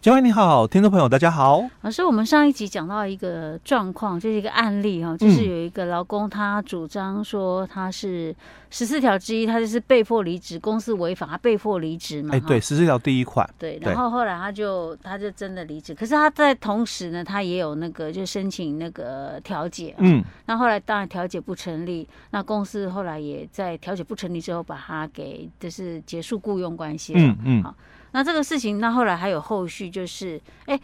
嘉惠你好，听众朋友大家好。老师，我们上一集讲到一个状况，就是一个案例哈，就是有一个劳工他主张说他是十四条之一，他就是被迫离职，公司违法，他被迫离职嘛。哎、哈对，十四条第一款，对，对然后后来他就他就真的离职，可是他在同时呢，他也有那个就申请那个调解，啊嗯，那后来当然调解不成立，那公司后来也在调解不成立之后把他给就是结束雇佣关系了。嗯嗯好，那这个事情，那后来还有后续，就是哎、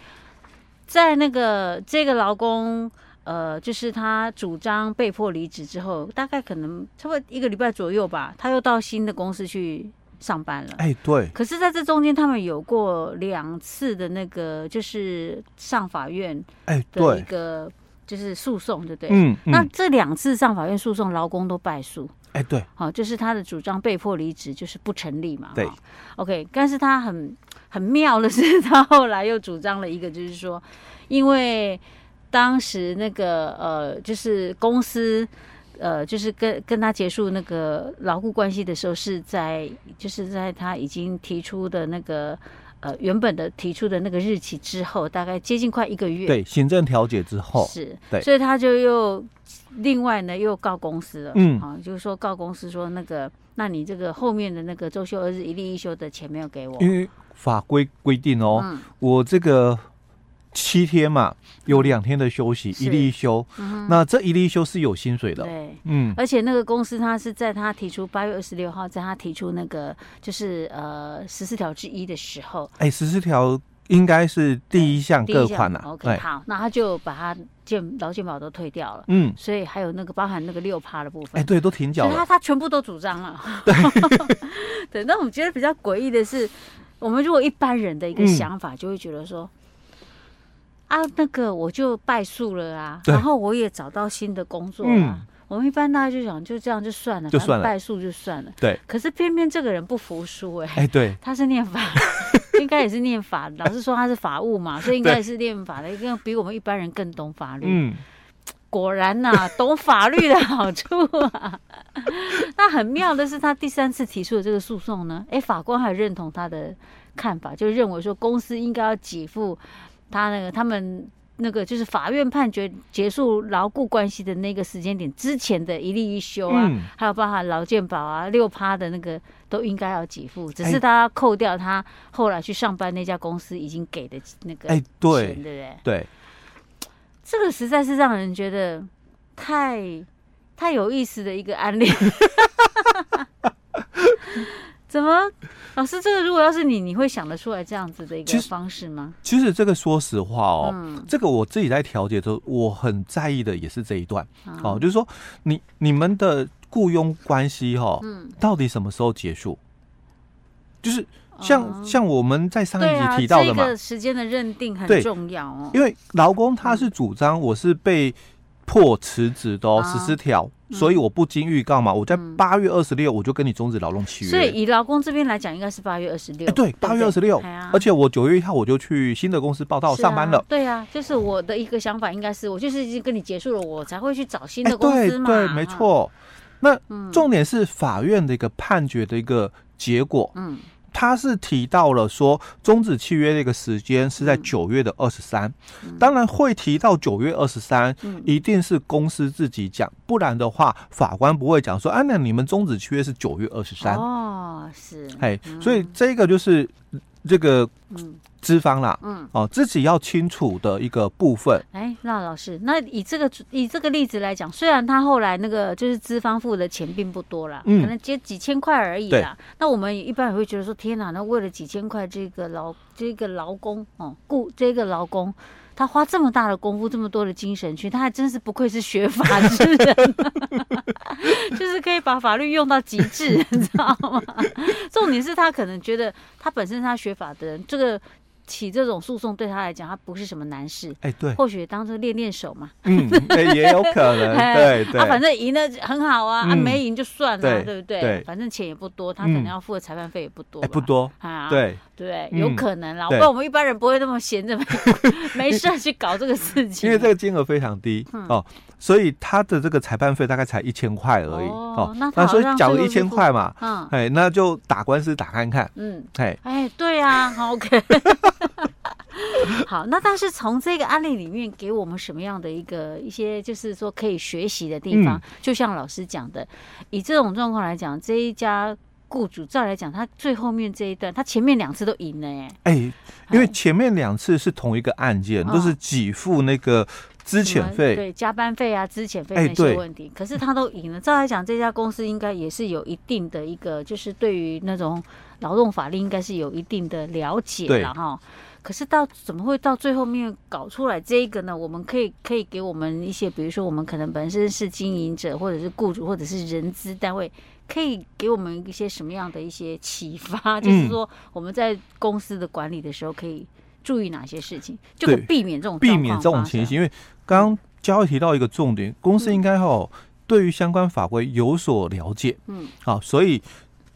在那个这个劳工。呃，就是他主张被迫离职之后，大概可能差不多一个礼拜左右吧，他又到新的公司去上班了。哎、对，可是，在这中间，他们有过两次的那个，就是上法院哎、的一对，个就是诉讼，对不对？嗯嗯，那哎、这两次上法院诉讼，劳工都败诉，对，好、就是他的主张被迫离职就是不成立嘛。对哈 OK，但是他很很妙的是，他后来又主张了一个，就是说，因为当时那个呃，就是公司。呃，就是跟跟他结束那个牢固关系的时候，是在就是在他已经提出的那个呃原本的提出的那个日期之后，大概接近快一个月。对，行政调解之后，是，对所以他就又另外呢又告公司了，嗯啊，就是说告公司说那个，那你这个后面的那个周休二日一例一休的钱没有给我，因为法规规定哦，嗯我这个七天嘛，有两天的休息，是嗯一例一休，那这一例一休是有薪水的，对。嗯，而且那个公司，他是在他提出八月二十六号，在他提出那个就是呃十四条之一的时候，哎、十四条应该是第一项第一各项款啦、 OK 哎、好，那他就把他健劳健保都退掉了，嗯，所以还有那个包含那个六趴的部哎、分，对，都停所缴以他了，他全部都主张了。 对，那我们觉得比较诡异的是，我们如果一般人的一个嗯想法，就会觉得说。啊，那个我就败诉了啊，对嗯然后我也找到新的工作了、啊。我们一般大家就想，就这样就算了，就反正算了败诉就算了。对，可是偏偏这个人不服输、哎、 哎、对，他是念法，应该也是念法。老师说他是法务嘛，所以应该也是念法的，应该比我们一般人更懂法律。嗯，果然呐、懂法律的好处啊。 那很妙的是，他第三次提出的这个诉讼呢，诶，法官还认同他的看法，就认为说公司应该要给付他那个他们那个就是法院判决结束牢固关系的那个时间点之前的一例一休啊，嗯还有包含劳健保啊六趴的那个都应该要给付，只是哎他要扣掉他后来去上班那家公司已经给的那个哎、钱，对不对，对？对，这个实在是让人觉得太太有意思的一个案例。 怎么，老师，这个如果要是你，你会想得出来这样子的一其个实方式吗？其实这个说实话哦，嗯，这个我自己在调解的时候，我很在意的也是这一段。好哦，就是说你你们的雇佣关系哈、哦，嗯到底什么时候结束？就是像、哦像我们在上对一啊，集提到的这嘛，个时间的认定很对重要哦。因为劳工他是主张我是被迫辞职的哦，啊十四条，所以我不经预告嘛，我在嗯八月二十六我就跟你终止劳动契约。所以以劳工这边来讲，应该是八月二十六哎，。对，八月二十六哎呀，而且我九月一号我就去新的公司报道是上班了啊。。对啊，就是我的一个想法，应该是我就是已经跟你结束了，我才会去找新哎，的公司对嘛。对，没哈。错。那嗯重点是法院的一个判决的一个结果，嗯他是提到了说终止契约的一个时间是在嗯九月的二十三，当然会提到九月二十三，嗯一定是公司自己讲，不然的话法官不会讲说，啊，那你们终止契约是九月二十三，哦，是，哎，所以这个就是这个嗯资方啦，嗯。哦，自己要清楚的一个部分，哎，那老师，那以这个以这个例子来讲，虽然他后来那个就是资方付的钱并不多啦，嗯可能只有几千块而已啦。那我们一般也会觉得说，天哪，那为了几千块，这个劳这个劳工哦，雇这个劳工，他花这么大的功夫，这么多的精神去，他还真是不愧是学法之人、啊 就是可以把法律用到极致， 你知道吗？重点是他可能觉得他本身他学法的人，这个起这种诉讼对他来讲，他不是什么难事。哎， 对，或许当做练练手 嘛，嗯，哎也有可能，哎对对，啊，反正赢了很好啊，啊嗯没赢就算了啊，对对不对？对反正钱也不多，他可能嗯要付的裁判费也不多吧，哎不多，啊，对，对，嗯有可能啦，不对然我们一般人不会那么闲着没没事儿去搞这个事情。因为这个金额非常低、嗯哦，所以他的这个裁判费大概才一千块而已哦哦。那他那好所以像缴最个后一就千块嘛，嗯哎，那就打官司打看看，嗯，哎，哎，对啊好，OK。好，那但是从这个案例里面给我们什么样的一个一些，就是说可以学习的地方？嗯就像老师讲的，以这种状况来讲，这一家雇主照来讲，他最后面这一段，他前面两次都赢了耶，哎、因为哎前面两次是同一个案件，哦都是给付那个资什么遣费，对加班费啊、资遣费哎那些对问题，可是他都赢了。照来讲，这家公司应该也是有一定的一个，就是对于那种劳动法令应该是有一定的了解对了哈。可是到怎么会到最后面搞出来这个呢？我们可以可以给我们一些，比如说我们可能本身是经营者，或者是雇主，或者是人资单位，可以给我们一些什么样的一些启发？嗯就是说我们在公司的管理的时候可以注意哪些事情，就可以对避免这种避状免况这种发情生嗯形。因为刚刚嘉惠提到一个重点，公司应该哦对于相关法规有所了解，嗯，好，所以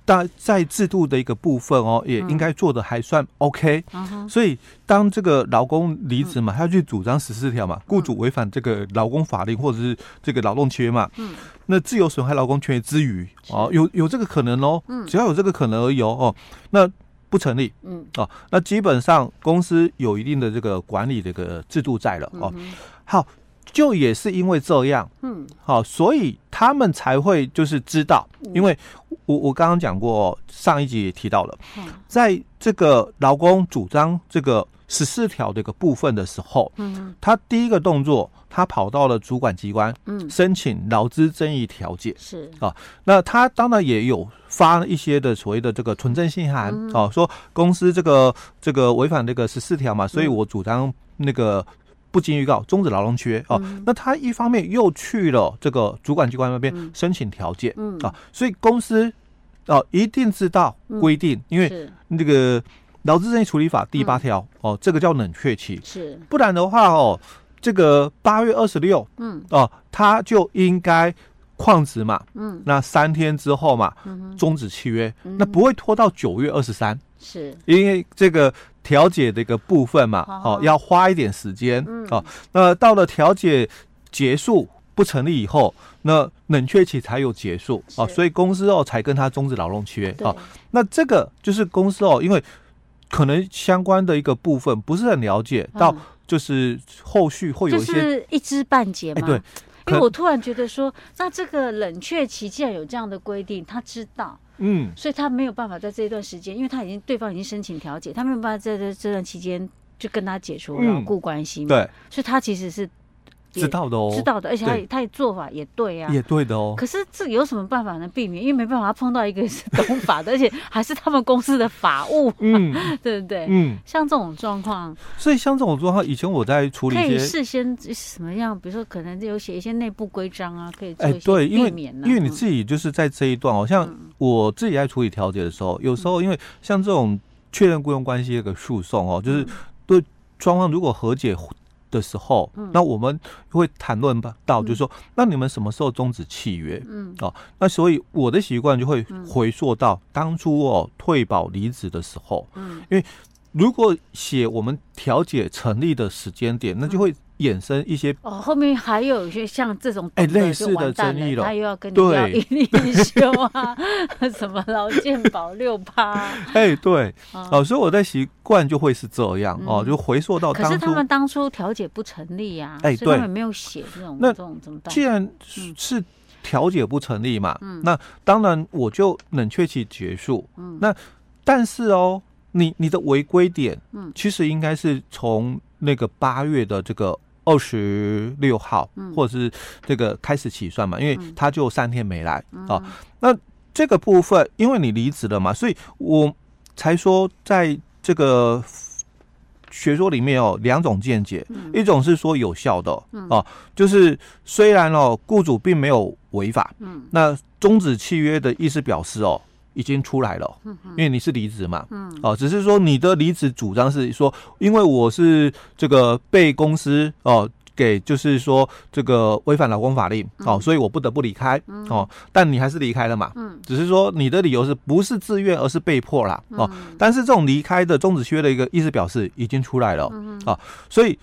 大在制度的一个部分哦，也应该做的还算 OK、嗯哼所以当这个劳工离职嘛，他去主张十四条嗯嘛，雇主违反这个劳工法令或者是这个劳动契约嘛，嗯，那自由损害劳工权益之余哦，有有这个可能哦，嗯只要有这个可能而已哦，哦那不成立。嗯哦，那基本上公司有一定的这个管理的一个制度在了哦。好，就也是因为这样，嗯好、所以他们才会就是知道，嗯因为我我刚刚讲过、哦，上一集也提到了，嗯在这个劳工主张这个十四条的一个部分的时候，嗯他第一个动作，他跑到了主管机关嗯，申请劳资争议调解。是那他当然也有发一些的所谓的这个存证信函嗯哦、说公司这个这个违反这个十四条嘛，所以嗯我主张那个不经预告终止劳动契约哦。嗯那他一方面又去了这个主管机关那边嗯申请调解嗯啊，所以公司哦、一定知道规定，因为是那个劳资争议处理法嗯第八条哦，这个叫冷却期，是不然的话哦，这个八月二十六嗯哦，他就应该旷职嘛，嗯那三天之后嘛。嗯哼终止契约，嗯那不会拖到九月二十三，是因为这个调解的一个部分嘛，哦哦，要花一点时间嗯哦。那到了调解结束不成立以后，那冷却期才有结束哦，是所以公司哦才跟他终止劳动契约对哦。那这个就是公司哦，因为可能相关的一个部分不是很了解，到嗯就是后续会有就一些是一知半解哎嘛。对，因为可我突然觉得说，那这个冷却期既然有这样的规定，他知道，嗯，所以他没有办法在这一段时间，因为他已经对方已经申请调解，他没有办法在这这段期间就跟他解除嗯牢固关系嘛。对，所以他其实是也知道的哦，知道的，而且他对也他也做法也对呀。也对的哦，可是这有什么办法能避免？因为没办法，他碰到一个是懂法的，而且还是他们公司的法务， 嗯对不对？嗯。像这种状况，所以像这种状况，以前我在处理可以一些，事先呃什么样？比如说，可能有写一些内部规章啊，可以做哎一，些对，因为避免啊嗯因为你自己就是在这一段哦，像我自己在处理调解的时候，有时候因为像这种确认雇佣关系的一个诉讼哦，嗯就是对双方如果和解的时候，嗯那我们会谈论到，就是说，那你们什么时候终止契约？嗯哦，那所以我的习惯就会回溯到当初哦退保离职的时候，嗯如果写我们调解成立的时间点，嗯那就会衍生一些哦，后面还有一些像这种哎懂得类似就完的蛋争议了，了他又要跟你对要一例一休啊， 什么劳健保六趴啊。哎，对，哦，所以我在习惯就会是这样 哦，嗯就回溯到可是当他初们，当初调解不成立呀、哎所以他对们没有写这种那这种怎么办既？然嗯是调解不成立嘛，那当然我就冷却期结束。嗯那但是哦，你你的违规点，嗯其实应该是从那个八月的这个。二十六号，嗯或者是这个开始起算嘛，因为他就三天没来嗯哦。那这个部分，因为你离职了嘛，所以我才说在这个学说里面有两种见解，嗯一种是说有效的哦，就是虽然哦雇主并没有违法，嗯，那终止契约的意思表示哦已经出来了，因为你是离职嘛，嗯，哦，只是说你的离职主张是说，因为我是这个被公司哦。给就是说这个违反劳工法令嗯哦，所以我不得不离开哦，但你还是离开了嘛，嗯只是说你的理由是不是自愿，而是被迫啦哦。但是这种离开的终止契约的一个意思表示已经出来了嗯哦，所以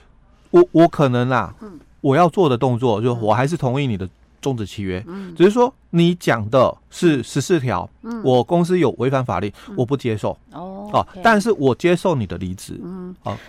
我我可能啊啦，我要做的动作就我还是同意你的终止契约，嗯只是说你讲的是十四条，嗯我公司有违反法令，我不接受哦哦 OK，嗯但是我接受你的离职，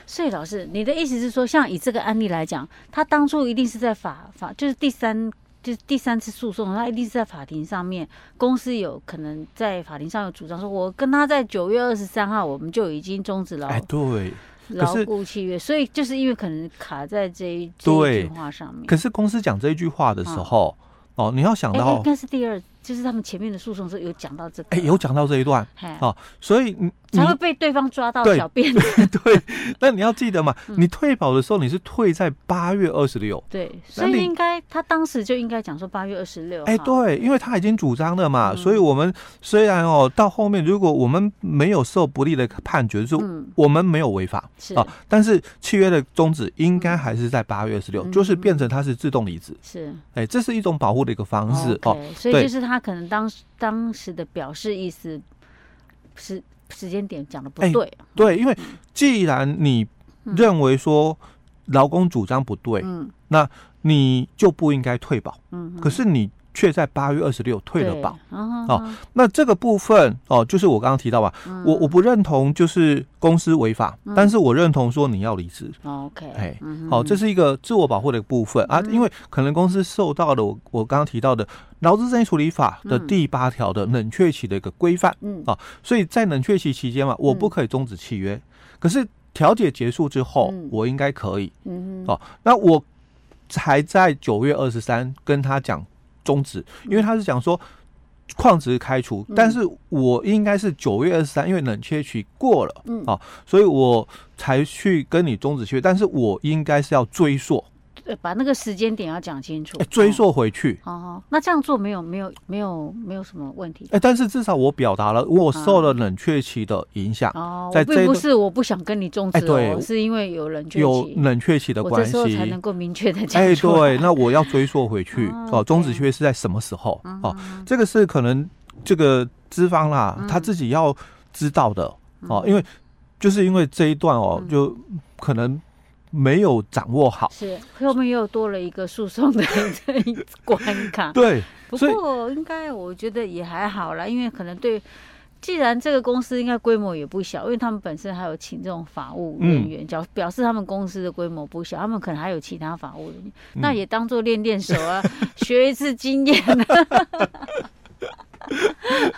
所以老师，你的意思是说，像以这个案例来讲，他当初一定是在法法，就是第三。就是第三次诉讼，他一定是在法庭上面，公司有可能在法庭上有主张说，我跟他在九月二十三号我们就已经终止了哎，对。劳可是雇契约，所以就是因为可能卡在这一这一对句话上面。可是公司讲这一句话的时候，哦，你要想哎、应到，该是第二，就是他们前面的诉讼时候有讲到这个，哎，有讲到这一段，嘿哦所以你你 才会被对方抓到对小辫子。 对，那你要记得嘛，嗯你退保的时候你是退在八月二十六， 对，那所以你应该他当时就应该讲说八月二十六。哎，对，因为他已经主张了嗯嘛，所以我们虽然哦到后面如果我们没有受不利的判决，就是嗯，我们没有违法是、哦，但是契约的终止应该还是在八月二十六，嗯就是变成它是自动离职，是。哎，这是一种保护的一个方式哦 OK，所以对就是他可能当时当时的表示意思是时间点讲的不哎对、对，因为嗯既然你认为说劳工主张不对，嗯你就不应该退保，嗯，可是你却在八月二十六退了保。哦，那这个部分哦，就是我刚刚提到吧，嗯我我不认同就是公司违法，但是我认同说你要离职。哦 OK，哎嗯哼嗯好、这是一个自我保护的一个部分啊，因为可能公司受到了我我刚刚提到的劳资争议处理法的第八条的冷却期的一个规范，嗯啊，所以在冷却期期间嘛，我不可以终止契约，可是调解结束之后，嗯我应该可以嗯哼哦。那我才在九月二十三跟他讲终止，因为他是讲说矿职开除，嗯但是我应该是九月二十三，因为冷却期过了，嗯哦，所以我才去跟你终止契约，但是我应该是要追溯，对呃把那个时间点要讲清楚，哎追哦。溯回去。哦，那这样做没有没有没有没有什么问题哎、但是至少我表达了，我受啊了冷却期的影响，哦。在我这并一不段是我不想跟你终止哎对哦，是因为有人缺有席，冷却期的我这关时候才系能。够明确的讲哎，出来。对，那我要追溯回去哦哦，终止对嗯契约是在什么时候？哦，这个是可能这个资方嗯啦，他自己要知道的哦，因为就是因为这一段嗯哦，就可能没有掌握好。是后面又多了一个诉讼的 这一关卡。对，不所以过应该我觉得也还好啦，因为可能对，既然这个公司应该规模也不小，因为他们本身还有请这种法务嗯人员，表、表示他们公司的规模不小，他们可能还有其他法务人员，嗯那也当做练练手啊，学一次经验啊。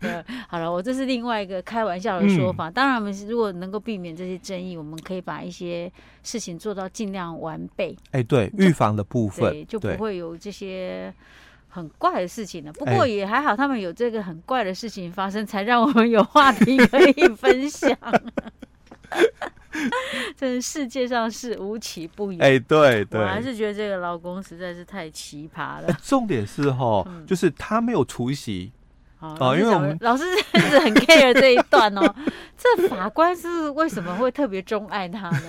对好了，我这是另外一个开玩笑的说嗯法。当然，我们如果能够避免这些争议，我们可以把一些事情做到尽量完备。哎，对，预防的部分对，，就不对，会有这些很怪的事情了。不过哎也还好，他们有这个很怪的事情发生，才让我们有话题可 以分享。真是世界上事无奇不有。哎，对我对。还是觉得这个劳工实在是太奇葩了哎。重点是嗯哈，就是他没有出席，好哦老师因为讲我得们老师真的是很 care 这一段哦。 这法官是为什么会特别钟爱他呢？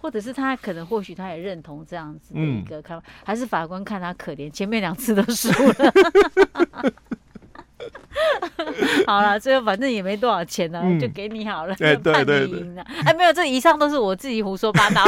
或者是他可能或许他也认同这样子的一嗯个看法，还是法官看他可怜，前面两次都输了。 好了，最后反正也没多少钱呢、嗯就给你好了，哎对判对你对赢了。哎，没有，这以上都是我自己胡说八道。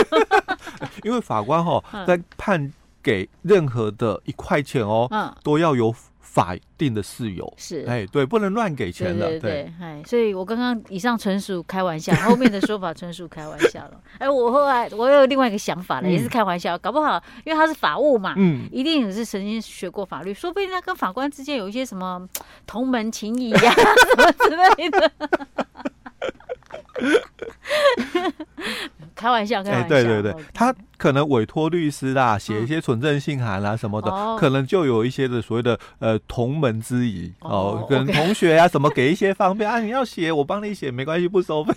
因为法官哈嗯在判给任何的一块钱哦，嗯，都要有法定的事由。是。哎，对，不能乱给对钱的。对对，哎，所以我刚刚以上纯属开玩笑， 后面的说法纯属开玩笑了。哎，我后来我有另外一个想法了，嗯也是开玩笑，搞不好因为他是法务嘛，嗯，一定也是曾经学过法律，说不定他跟法官之间有一些什么同门情谊呀、什么之类的。 开玩笑，开玩哎，笑。对对对 OK，嗯他可能委托律师啦，写一些存证信函啦什么的哦，可能就有一些的所谓的呃同门之谊哦哦，跟 OK 同学啊什么给一些方便啊，你要写我帮你写没关系，不收费。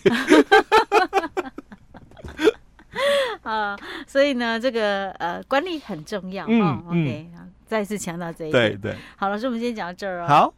啊、所以呢，这个呃管理很重要。嗯哦、嗯，OK，好再次强调这一对点。对，好，老师，我们今天讲到这儿哦。好。